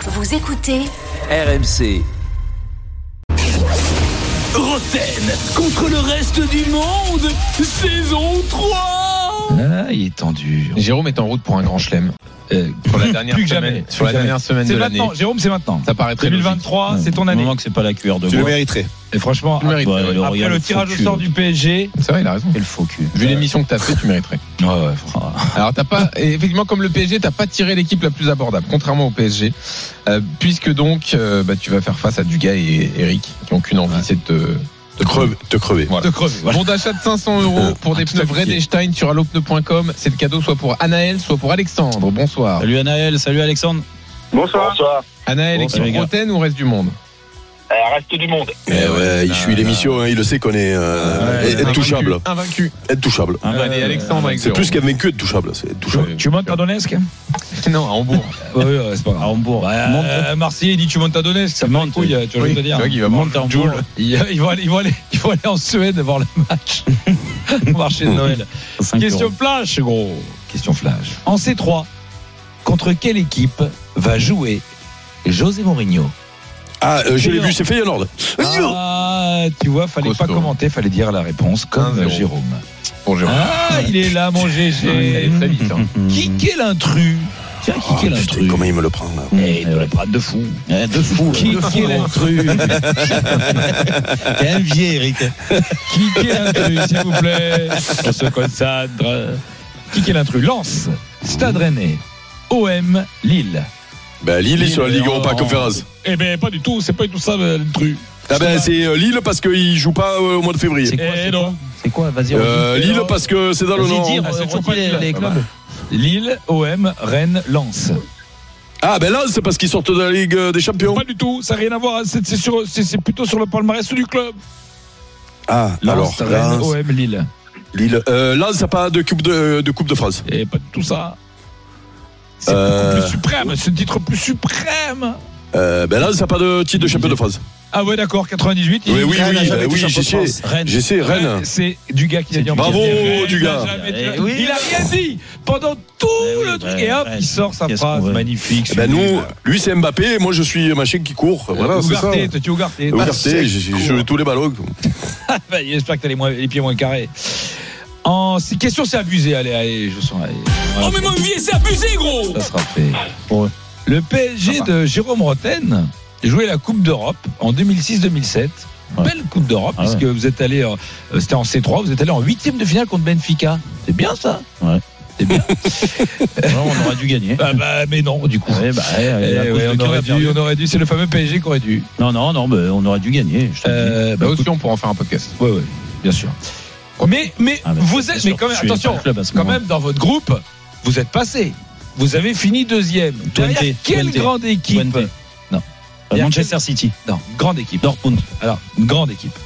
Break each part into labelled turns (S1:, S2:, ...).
S1: Vous écoutez
S2: RMC. Roten contre le reste du monde, saison 3
S3: Ah, il est tendu.
S4: Jérôme est en route pour un grand chelem. Euh, Sur la dernière
S3: Plus que
S4: semaine,
S3: jamais.
S4: sur la
S3: Plus que
S4: dernière semaine de
S3: C'est
S4: l'année.
S3: maintenant, Jérôme, c'est maintenant.
S4: Ça paraît très logique.
S3: 2023, c'est ton année.
S5: moment que c'est pas la cuillère de
S6: Tu le
S5: bois.
S6: mériterais.
S3: Et franchement,
S4: Tu le mérites, ouais.
S3: après
S5: regarde,
S3: le
S5: le
S3: tirage
S5: faux
S3: au
S5: cul.
S3: sort du PSG,
S4: C'est vrai, il a raison.
S3: quel faux cul. Euh,
S4: Vu l'émission que t'as fait, tu mériterais.
S3: Ouais, ouais, franchement.
S4: Alors t'as pas, et effectivement, comme le PSG, t'as pas tiré l'équipe la plus abordable, contrairement au PSG, Euh, puisque donc euh, bah, tu vas faire face à Duga et Eric, qui ont qu'une envie, c'est de te de Euh,
S6: Creve- te crever.
S4: Voilà.
S3: De crever, voilà.
S4: Bon d'achat de 500 euros pour des pneus Vredestein sur allopneu.com. C'est le cadeau soit pour Anaël, soit pour Alexandre. Bonsoir.
S5: Salut Anaël, salut Alexandre.
S7: Bonsoir.
S4: Anaël,
S5: Bon,
S4: équipe
S5: les gars.
S4: Roten ou reste du monde
S7: Euh, reste du monde.
S6: Eh ouais, il suit l'émission, hein, il le sait qu'on est euh,
S4: Ouais,
S6: être touchable.
S4: Invaincu. Euh,
S6: Être touchable.
S5: Un
S4: Allez,
S5: vainqueur.
S4: Alexandre avec
S6: C'est
S4: zéro.
S6: plus qu'un vaincu, être touchable. C'est être touchable.
S3: Tu montes à Donetsk
S4: Non, à Hambourg.
S3: Ouais, ouais, c'est pas grave.
S5: À Hambourg. Monte-
S3: Euh, Marseillais, il dit tu montes à Donetsk, ça monte. Tu vois, je veux
S4: Oui,
S3: te dire.
S4: c'est vrai qu'il va
S3: Monte
S5: voir.
S3: à Hambourg. Ils ils vont aller, ils vont aller, ils vont aller en Suède voir le match au marché de Noël.
S5: Cinq
S3: Question
S5: euros.
S3: flash, gros. Question flash. En C3, contre quelle équipe va jouer José Mourinho
S6: Ah, euh, je l'ai vu, c'est Feyenoord. oh. hein.
S3: Ah, tu vois, fallait pas
S4: Costaud.
S3: commenter, fallait dire la réponse comme
S4: 1-0.
S3: Jérôme.
S4: Pour Jérôme.
S3: Ah, il est là, mon
S4: Allez,
S3: GG.
S4: très vite. hein.
S3: Qui est l'intrus Tiens,
S6: Ah,
S3: qui est
S6: putain,
S3: l'intrus
S6: comment il me le prend là.
S3: Eh, il doit le prendre Hein, de fou.
S5: Eh, de fou.
S3: Qui
S5: de fou,
S3: est
S5: gros.
S3: l'intrus
S5: T'es un vieil, Eric.
S3: Qui est l'intrus, s'il vous plaît On se concentre. Qui est l'intrus Lens, Stade Rennais, OM, Lille.
S6: Ben, Lille est sur la Ligue
S3: Lille,
S6: Europa
S3: en-
S6: Conférence.
S3: Eh ben, pas du tout, c'est pas du tout ça euh, l'intrus.
S6: Ah ben, c'est euh, Lille parce qu'il joue pas euh, au mois de février.
S5: C'est quoi, c'est
S3: Eh
S5: quoi
S3: non.
S5: C'est quoi Vas-y,
S6: Euh,
S5: redis.
S6: Lille parce que c'est dans le
S5: Vas-y,
S6: Nord.
S5: dis,
S3: Ah, c'est
S5: redis
S3: toujours pas
S5: les-
S3: Lille.
S5: les clubs.
S3: Lille, OM, Rennes, Lens.
S6: Ah ben là, c'est parce qu'ils sortent de la Ligue euh, des Champions.
S3: Pas du tout, ça n'a rien à voir. hein. C'est c'est sur- c'est- c'est plutôt sur le palmarès du club.
S6: Ah, alors
S3: Lens, Rennes,
S6: Lens,
S3: OM, Lille.
S6: Lille. Euh, Lens n'a pas de coupe de, de coupe de France.
S3: Et pas de tout ça. C'est
S6: Euh.
S3: beaucoup plus suprême, ce titre plus suprême.
S6: Euh, ben Lens n'a pas de titre de champion de France.
S3: Ah ouais, d'accord, 98. il-
S6: Oui, oui,
S3: Rennes a
S6: oui,
S3: jamais
S6: ben
S3: été
S6: oui,
S3: champion de
S6: j'essaie.
S3: France. Rennes.
S6: J'essaie Rennes.
S3: Rennes, C'est Dugas qui l'a dit en
S6: Bravo,
S3: premier. Il
S6: Dugas.
S3: a jamais
S5: Eh
S3: dit-
S5: oui.
S3: Il a rien dit pendant tout
S5: Eh
S3: le
S5: oui,
S3: truc.
S5: Rennes,
S3: Et hop,
S5: Rennes.
S3: il sort sa
S5: Qu'est-ce
S3: phrase
S5: qu'on veut
S3: magnifique.
S6: Eh ben nous, lui c'est Mbappé, moi je suis machin qui court.
S3: Euh,
S6: Voilà, c'est ça.
S3: Ougarté, toi, tu es Ougarté.
S6: Ougarté, je je joue tous les ballons.
S3: Bah, J'espère que t'as les, moins- les pieds moins carrés. En c'est- question, c'est abusé. Allez, allez, je sens. allez.
S2: Oh mais mon vieil, c'est abusé gros
S3: Ça sera fait. Le PSG
S5: Sympa.
S3: de Jérôme Roten jouait la Coupe d'Europe en 2006-2007.
S5: Ouais.
S3: Belle Coupe d'Europe,
S5: Ah
S3: puisque vous êtes allé, en- euh, c'était en C3, vous êtes allé en huitième de finale contre Benfica. C'est bien ça
S5: Ouais.
S3: C'est bien.
S5: Non, On aurait dû gagner.
S3: bah, bah, mais non, du coup.
S5: Ouais, bah, ouais,
S3: Eh
S5: à cause
S3: ouais, on,
S5: de qui on
S3: aurait
S5: a
S3: dû,
S5: perdu.
S3: on aurait dû, c'est le fameux PSG qu'on aurait dû.
S5: Non, non, non, mais on aurait dû gagner. je te le dis.
S3: Euh, bah,
S4: Là aussi, on pourra en faire un podcast.
S3: ouais, ouais, bien sûr. Mais, mais
S5: Ah, mais
S3: vous
S5: bien
S3: êtes,
S5: sûr,
S3: mais quand même,
S5: je suis pas
S3: attention,
S5: le club à ce
S3: quand
S5: moment.
S3: même, dans votre groupe, vous êtes passé. Vous avez fini deuxième. Derrière
S5: Twente,
S3: quelle
S5: Twente,
S3: grande équipe
S5: Twente.
S3: Non.
S5: Euh, Manchester City.
S3: Non, grande équipe.
S5: Dortmund.
S3: Alors, une grande équipe.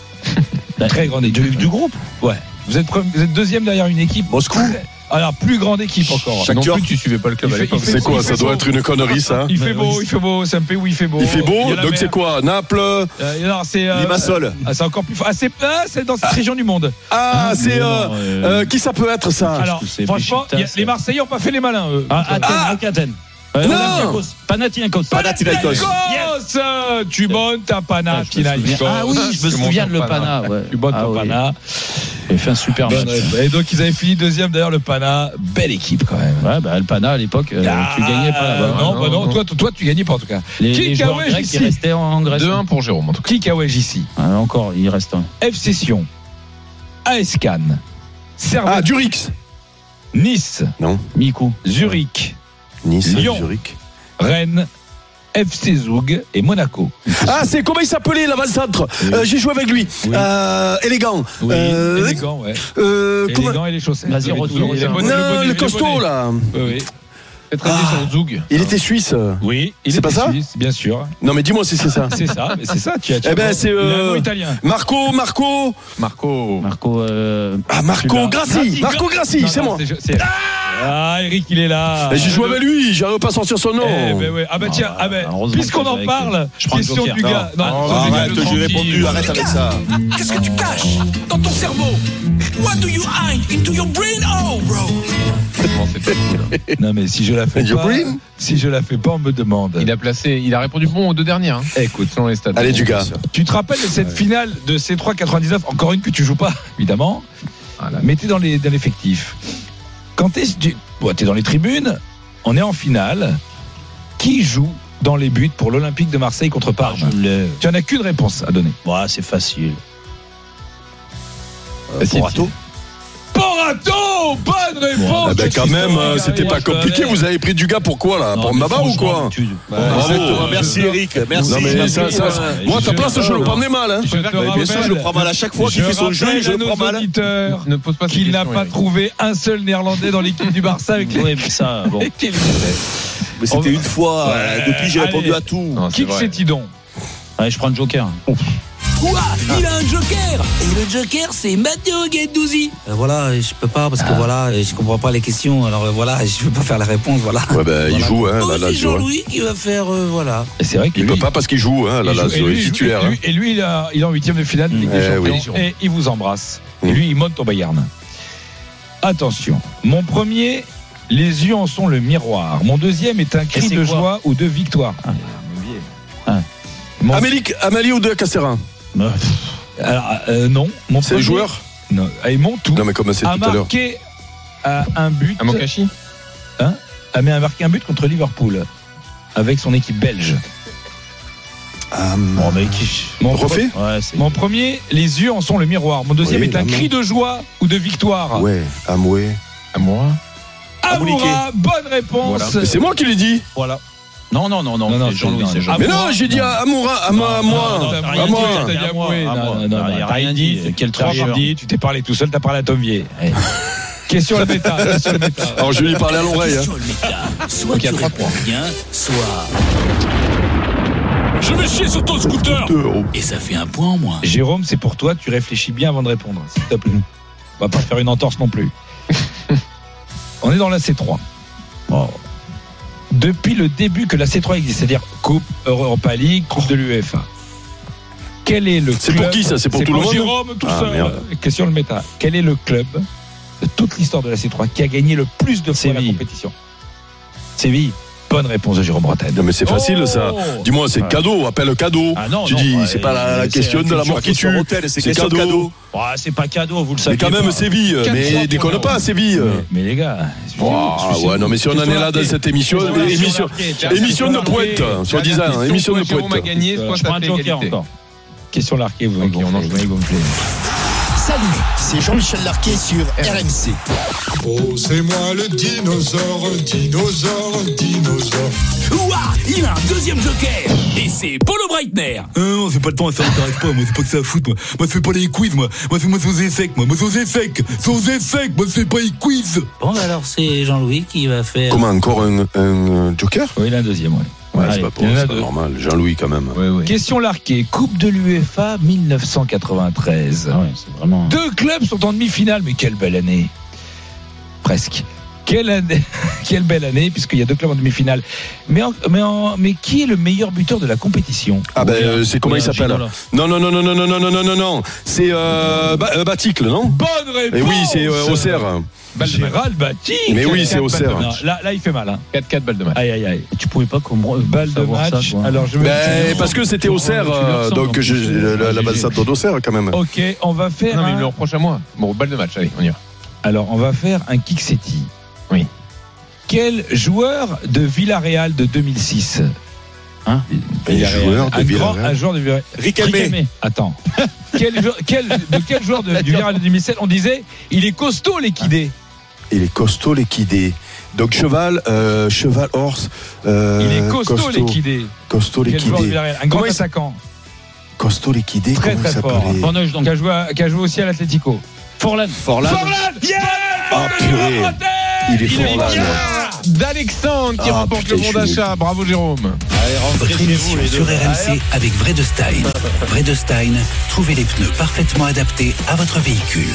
S5: Bah,
S3: Très grande équipe.
S5: Du, du groupe.
S3: Ouais. Vous êtes, pre- vous êtes deuxième derrière une équipe.
S6: Moscou
S3: Très- Alors, plus grande équipe encore.
S6: Chaque-
S4: non
S6: Shakhtar.
S4: plus, tu suivais pas le club
S3: Il
S4: à
S3: fait-
S4: l'époque.
S3: il fait-
S6: C'est quoi Ça doit être une connerie ça hein.
S3: Il fait beau, il fait beau. C'est un pays où il fait beau.
S6: Il fait
S3: Il y
S6: beau,
S3: a la
S6: donc
S3: mer.
S6: c'est quoi Naples,
S3: Euh, alors, c'est. euh,
S6: Limassol.
S3: ah, c'est encore plus. Ah, c'est ah, c'est dans cette région du monde.
S6: Ah,
S5: mais
S6: c'est. euh,
S5: non, euh,
S6: euh, Qui ça peut être ça
S3: Alors,
S5: que c'est
S3: franchement,
S5: Beşiktaş,
S3: il y a-
S5: ça.
S3: les Marseillais ont pas fait les malins, eux.
S5: Ah, Athènes.
S6: Ah
S5: ah, Athènes. Euh,
S6: Non
S5: Olympiakos. Panathinaikos.
S6: Panathinaikos.
S3: Yes Tu montes à Pana,
S5: Ah, je me souviens.
S3: Pinaïko.
S5: Ah oui, je me
S4: Tu
S5: souviens
S4: montes
S5: de le
S4: au Pana.
S5: Pana. ouais.
S3: Tu montes
S5: Ah
S3: au
S5: oui.
S3: Pana.
S5: Il fait un super match.
S3: Bonne réponse. Et donc, ils avaient fini deuxième d'ailleurs, le Pana. Belle équipe quand même.
S5: Ouais, bah, le Pana à l'époque, euh,
S3: Ah,
S5: tu gagnais pas là-bas. hein,
S3: Non,
S4: Non,
S3: bah non,
S4: non.
S3: Toi, toi, tu gagnais pas en tout cas.
S5: Les,
S3: Qui
S5: les
S3: est
S5: joueurs
S3: Kawhi
S5: grecs,
S3: ici
S5: ils restaient en, en Grèce.
S4: 2-1 pour Jérôme, en tout cas.
S3: Qui Kawaj ici
S5: Ah, encore, il reste un.
S3: FC Sion, AS Cannes, Servette,
S6: Ah, Durix
S3: Nice,
S5: Ah. Miku.
S3: Zurich,
S6: Nice,
S3: Lyon.
S6: Zurich.
S3: Rennes, FC Zoug et Monaco.
S6: Ah, c'est comment il s'appelait l'avant-centre Euh, J'ai joué avec lui. Euh, Élégant. Euh,
S3: élégant, ouais.
S6: euh, comment-
S3: Élégant et les chaussettes.
S5: Vas-y,
S3: Les
S5: retourne.
S3: bonnes- les bonnes- les
S6: Non,
S3: bonnes-
S6: le
S3: les
S6: costaud
S3: bonnes-
S6: là. Ah.
S3: Oui, oui.
S4: Peut-être rester sur Zoug.
S6: Il était suisse.
S3: Oui, il
S6: C'est
S3: était
S6: pas ça
S3: suisse, bien sûr.
S6: Non, mais dis-moi si c'est ça.
S3: C'est ça, mais c'est ça, tu as tu
S6: Eh
S3: as-
S6: ben, c'est,
S3: Il a un
S6: euh,
S3: nom italien.
S6: Marco, Marco.
S4: Marco.
S5: Marco. euh,
S6: Ah, Marco
S5: Celui-là.
S6: Grassi. Marco Grassi,
S3: Non,
S6: c'est
S3: non,
S6: moi.
S3: c'est- Ah, Eric, il est là.
S6: Mais J'ai joué avec lui, j'arrive pas à sortir son nom.
S3: Eh ben ouais. Ah bah
S5: Ah,
S3: tiens, ah ben,
S5: heureusement
S3: puisqu'on
S5: que
S3: en
S5: j'ai
S3: parle,
S5: Je prends le
S3: question
S5: joker.
S3: du gars. Non,
S4: Oh,
S3: attends,
S4: arrête,
S3: Dugas,
S4: j'ai
S3: tranquille.
S4: répondu,
S6: arrête avec ça.
S2: Qu'est-ce que tu caches dans ton cerveau What do you hide into your brain Oh bro
S4: Franchement, c'est pas cool, hein.
S3: Non, mais si je la fais pas,
S6: Joplin
S3: si je la fais pas, on me demande.
S4: Il a placé, il a répondu bon aux deux dernières. hein.
S3: Écoute,
S4: Selon les stats.
S6: Allez, Dugas.
S3: tu te rappelles de cette finale de C3 99, encore une que tu joues pas, évidemment.
S4: Voilà.
S3: mettez dans les dans l'effectif. Quand t'es tu- bon, t'es dans les tribunes, on est en finale. Qui joue dans les buts pour l'Olympique de Marseille contre Parme
S5: l'ai.
S3: Tu n'as qu'une réponse à donner.
S5: Bah, c'est facile.
S4: si,
S6: Morato
S3: Porato Bonne réponse
S6: Ah ben quand même, euh,
S3: Christophe
S6: c'était pas
S3: Gallier.
S6: compliqué. Vous avez pris Dugas pour quoi là Pour Maba ou quoi Bravo.
S7: Merci Eric, merci.
S6: Non, mais ça, ça, ça- Moi, ta
S3: Je-
S6: place, je le prenais mal. Hein.
S3: Je te
S7: Bien sûr, je le prends mal à chaque fois qu'il fait son jeu,
S3: rappelle
S7: je
S3: à
S7: le
S3: nos
S7: prends mal.
S3: auditeurs
S4: Ne pose pas ces
S3: qu'il n'a
S4: questions,
S3: pas
S4: Eric.
S3: trouvé un seul Néerlandais dans l'équipe du Barça avec les...
S5: Ouais, mais ça, bon.
S3: Quel-
S7: Mais
S3: On va-
S7: c'était une fois. euh,
S3: Ouais,
S7: Depuis, j'ai
S3: allez.
S7: répondu à tout.
S4: Non, c'est
S3: Qui que
S4: vrai.
S3: c'est Ah, Tidon
S5: Allez, je prends le Joker.
S2: Quoi Il a un joker Et le joker, c'est Matteo Guendouzi Ah.
S1: Euh, Voilà, je peux pas parce que voilà, je comprends pas les questions. Alors euh, voilà, je peux pas faire la réponse. Voilà.
S6: Ouais, ben, il joue,
S2: Ah,
S6: hein, la
S1: Aussi
S6: Lazio. hein.
S1: Jean-Louis qui va faire euh, voilà.
S3: Et c'est vrai que
S6: Il
S3: lui,
S6: peut pas parce qu'il joue, hein, la
S3: il joue-
S6: Lazio.
S3: et
S6: Il
S3: lui,
S6: est
S3: il joue-
S6: titulaire.
S3: et
S6: hein.
S3: lui- Et lui, il, a- il est en huitième de finale de Ligue des
S6: Eh oui.
S3: Champions. Et il vous embrasse.
S6: Mm.
S3: Et lui, il monte au Bayern. Attention. Mon premier, les yeux en sont le miroir. Mon deuxième est un cri
S5: c'est
S3: de
S5: quoi
S3: joie ou de victoire. Hein.
S5: Ah.
S3: Mon-
S6: Amélique, Amélie ou De Casserin
S5: Bah, pff,
S3: alors, euh, non. Mon
S6: C'est le
S3: premier-
S6: joueur
S3: non, Ah, Et mon tout
S6: Non, mais comme c'est
S3: a
S6: tout à l'heure.
S3: marqué euh, un but.
S4: Un Mokashi
S3: a mis- a marqué un but contre Liverpool avec son équipe belge.
S5: Bon, mais qui.
S3: Mon
S6: Refait
S5: Ouais, c'est.
S3: Mon premier, les yeux en sont le miroir. Mon deuxième
S6: Oui,
S3: est un
S6: la main.
S3: cri de joie ou de victoire.
S6: Ouais, Amoué.
S4: À moi.
S3: Amoura, bonne réponse.
S6: Mais c'est moi qui l'ai dit.
S3: Voilà.
S5: Non, non, non, non.
S3: Non, non,
S5: c'est Jean-Louis,
S3: c'est-
S5: c'est
S3: Ah,
S6: Mais
S5: Jean-Louis.
S3: moi
S6: non, j'ai dit à Amoura, à moi, à
S3: non,
S6: moi.
S3: t'as
S5: rien
S6: à
S5: dit,
S6: moi.
S5: t'as dit
S3: T'as
S5: à
S3: dit
S5: moi,
S3: avoué.
S5: à
S3: Non,
S5: moi.
S3: non, non,
S5: bah, T'as
S3: non,
S5: rien
S3: t'as
S5: dit.
S3: dit.
S5: Quel
S3: Trois
S5: tricheur.
S3: mardi, tu t'es parlé tout seul, t'as parlé à Tom Vier. Eh. Question à bêta. question à bêta.
S6: Alors je vais lui parler à l'oreille. hein.
S2: Sur le méta, soit
S4: Donc, il y a
S2: tu
S4: trois
S2: réponds bien, soit... Je vais chier sur ton scooter
S6: Deux Oh, euros.
S2: Et ça fait un point en moins.
S3: Jérôme, c'est pour toi, tu réfléchis bien avant de répondre, s'il te plaît. On va pas faire une entorse non plus. On est dans la C3. Oh. Depuis le début que la C3 existe, c'est-à-dire Coupe Europa League, Coupe de l'UEFA. Quel est le
S6: C'est
S3: club-
S6: pour qui, ça C'est pour tout le monde
S3: Jérôme tout
S6: Ah,
S3: seul.
S6: merde.
S3: Question le méta. Quel est le club de toute l'histoire de la C3 qui a gagné le plus de fois la
S5: Séville.
S3: compétition Séville. Bonne réponse de Jérôme Bretagne.
S6: Non mais c'est facile ça.
S3: Oh
S6: Dis-moi, c'est cadeau, appelle cadeau.
S5: Ah non,
S6: tu
S5: non,
S6: dis,
S5: ouais,
S6: c'est pas la, la
S5: c'est-
S6: question de la
S5: c'est
S6: mort qui
S5: sur
S6: tue.
S7: Hôtel, c'est
S6: C'est
S7: question de
S6: cadeau.
S7: cadeau.
S5: Ah, c'est pas cadeau, vous le savez.
S6: Mais quand même,
S5: pas.
S6: Séville. Mais déconne pas, Séville.
S3: Mais, mais les gars,
S6: Ah ouais, non mais si on en est là dans cette émission,
S3: Question
S6: Euh, émission, émission de poète, soi-disant, émission de
S4: Jérôme a
S6: poète.
S4: gagné, soit
S5: Je prends
S4: ça
S5: un
S4: fait
S5: Joker
S4: égalité.
S5: encore.
S3: question larquée, vous
S4: Ok,
S3: vous
S4: on enchaîne.
S3: vous gonflez.
S8: Salut, c'est Jean-Michel Larquet sur RMC.
S9: Oh, c'est moi le dinosaure, dinosaure, dinosaure.
S2: Ouah Il a un deuxième joker Et c'est Polo Breitner
S10: Euh, Non, non, c'est pas le temps à ça, m'intéresse pas, moi, c'est pas que ça à foutre, moi. Moi, c'est pas les quiz, moi. Moi, c'est moi, c'est aux échecs, moi. Moi, c'est aux échecs. C'est aux échecs, moi, c'est pas les quiz.
S1: Bon bah, alors c'est Jean-Louis qui va faire.
S6: Comment encore un, un, euh, joker
S3: Oui, l'un deuxième, ouais.
S6: Ouais, c'est
S3: Allez,
S6: pas pour,
S3: il y en a
S6: c'est pas
S3: deux.
S6: normal. Jean-Louis quand même.
S4: Ouais, ouais.
S3: Question larquée, Coupe de l'UEFA 1993.
S5: Ah ouais, c'est vraiment.
S3: Deux clubs sont en demi-finale, mais quelle belle année. Presque. Quelle, année, quelle belle année, puisqu'il y a deux clubs en demi-finale. Mais, en- mais, en- mais qui est le meilleur buteur de la compétition
S6: Ah ben euh, c'est comment il
S5: Oula,
S6: s'appelle
S5: Ginola.
S6: Non non non non non non non non non non non. C'est euh, Ba- euh, Baticle non
S3: Bonne réponse
S6: Et oui c'est euh, Auxerre.
S3: Gérald Bati
S6: Mais oui, c'est
S3: au
S6: Auxerre.
S3: Là, là, il fait mal. Hein.
S4: 4-4 balles de match.
S3: Aïe, aïe, aïe.
S5: Tu pouvais pas comprendre.
S3: Balle de
S5: savoir
S3: match.
S5: ça, quoi.
S3: Alors, je me
S6: Ben
S3: dis-
S6: parce que c'était
S5: tu
S6: Auxerre
S5: le ressens,
S6: euh,
S5: en
S6: donc
S5: plus.
S6: je- la- la- la
S5: Ah,
S6: balsade d'Auxerre quand même.
S3: Ok, on va faire.
S4: Non, mais il
S3: un-
S4: me le reproche à moi. Bon, balle de match, allez, on y va.
S3: Alors, on va faire un kick city.
S4: Oui.
S3: Quel joueur de Villarreal de 2006
S5: Hein
S6: Un joueur de
S3: un, grand-
S6: Villarreal.
S3: un joueur de Villarreal.
S7: Riquelme.
S3: Attends. quel, jou- quel- de quel joueur de, du Villarreal de 2007 on disait il est costaud l'équidé
S6: Il est costaud l'équidé. Donc cheval euh, cheval horse. euh,
S3: Il est costaud, l'équidé.
S6: Costaud
S3: Quel joueur de
S6: l'équidé.
S3: Villarreal Un grand
S6: Comment il s-
S3: attaquant
S6: Costaud l'équidé.
S3: Très,
S6: Comment il
S3: très fort. hein.
S6: s'appelait
S5: Bon âge donc.
S3: qui a joué, à- qui a joué aussi à l'Atlético.
S5: Forlan.
S6: Forlan.
S3: Forlan
S6: Ah, purée. Il est
S3: Il est
S6: Forlan.
S4: D'Alexandre qui
S6: Ah,
S4: remporte
S6: putain,
S4: le
S6: je
S4: bon
S6: suis nul.
S4: d'achat. Bravo, Jérôme.
S8: Votre émission sur RMC avec Vrai de Stein. Vrai de Stein, trouvez les pneus parfaitement adaptés à votre véhicule.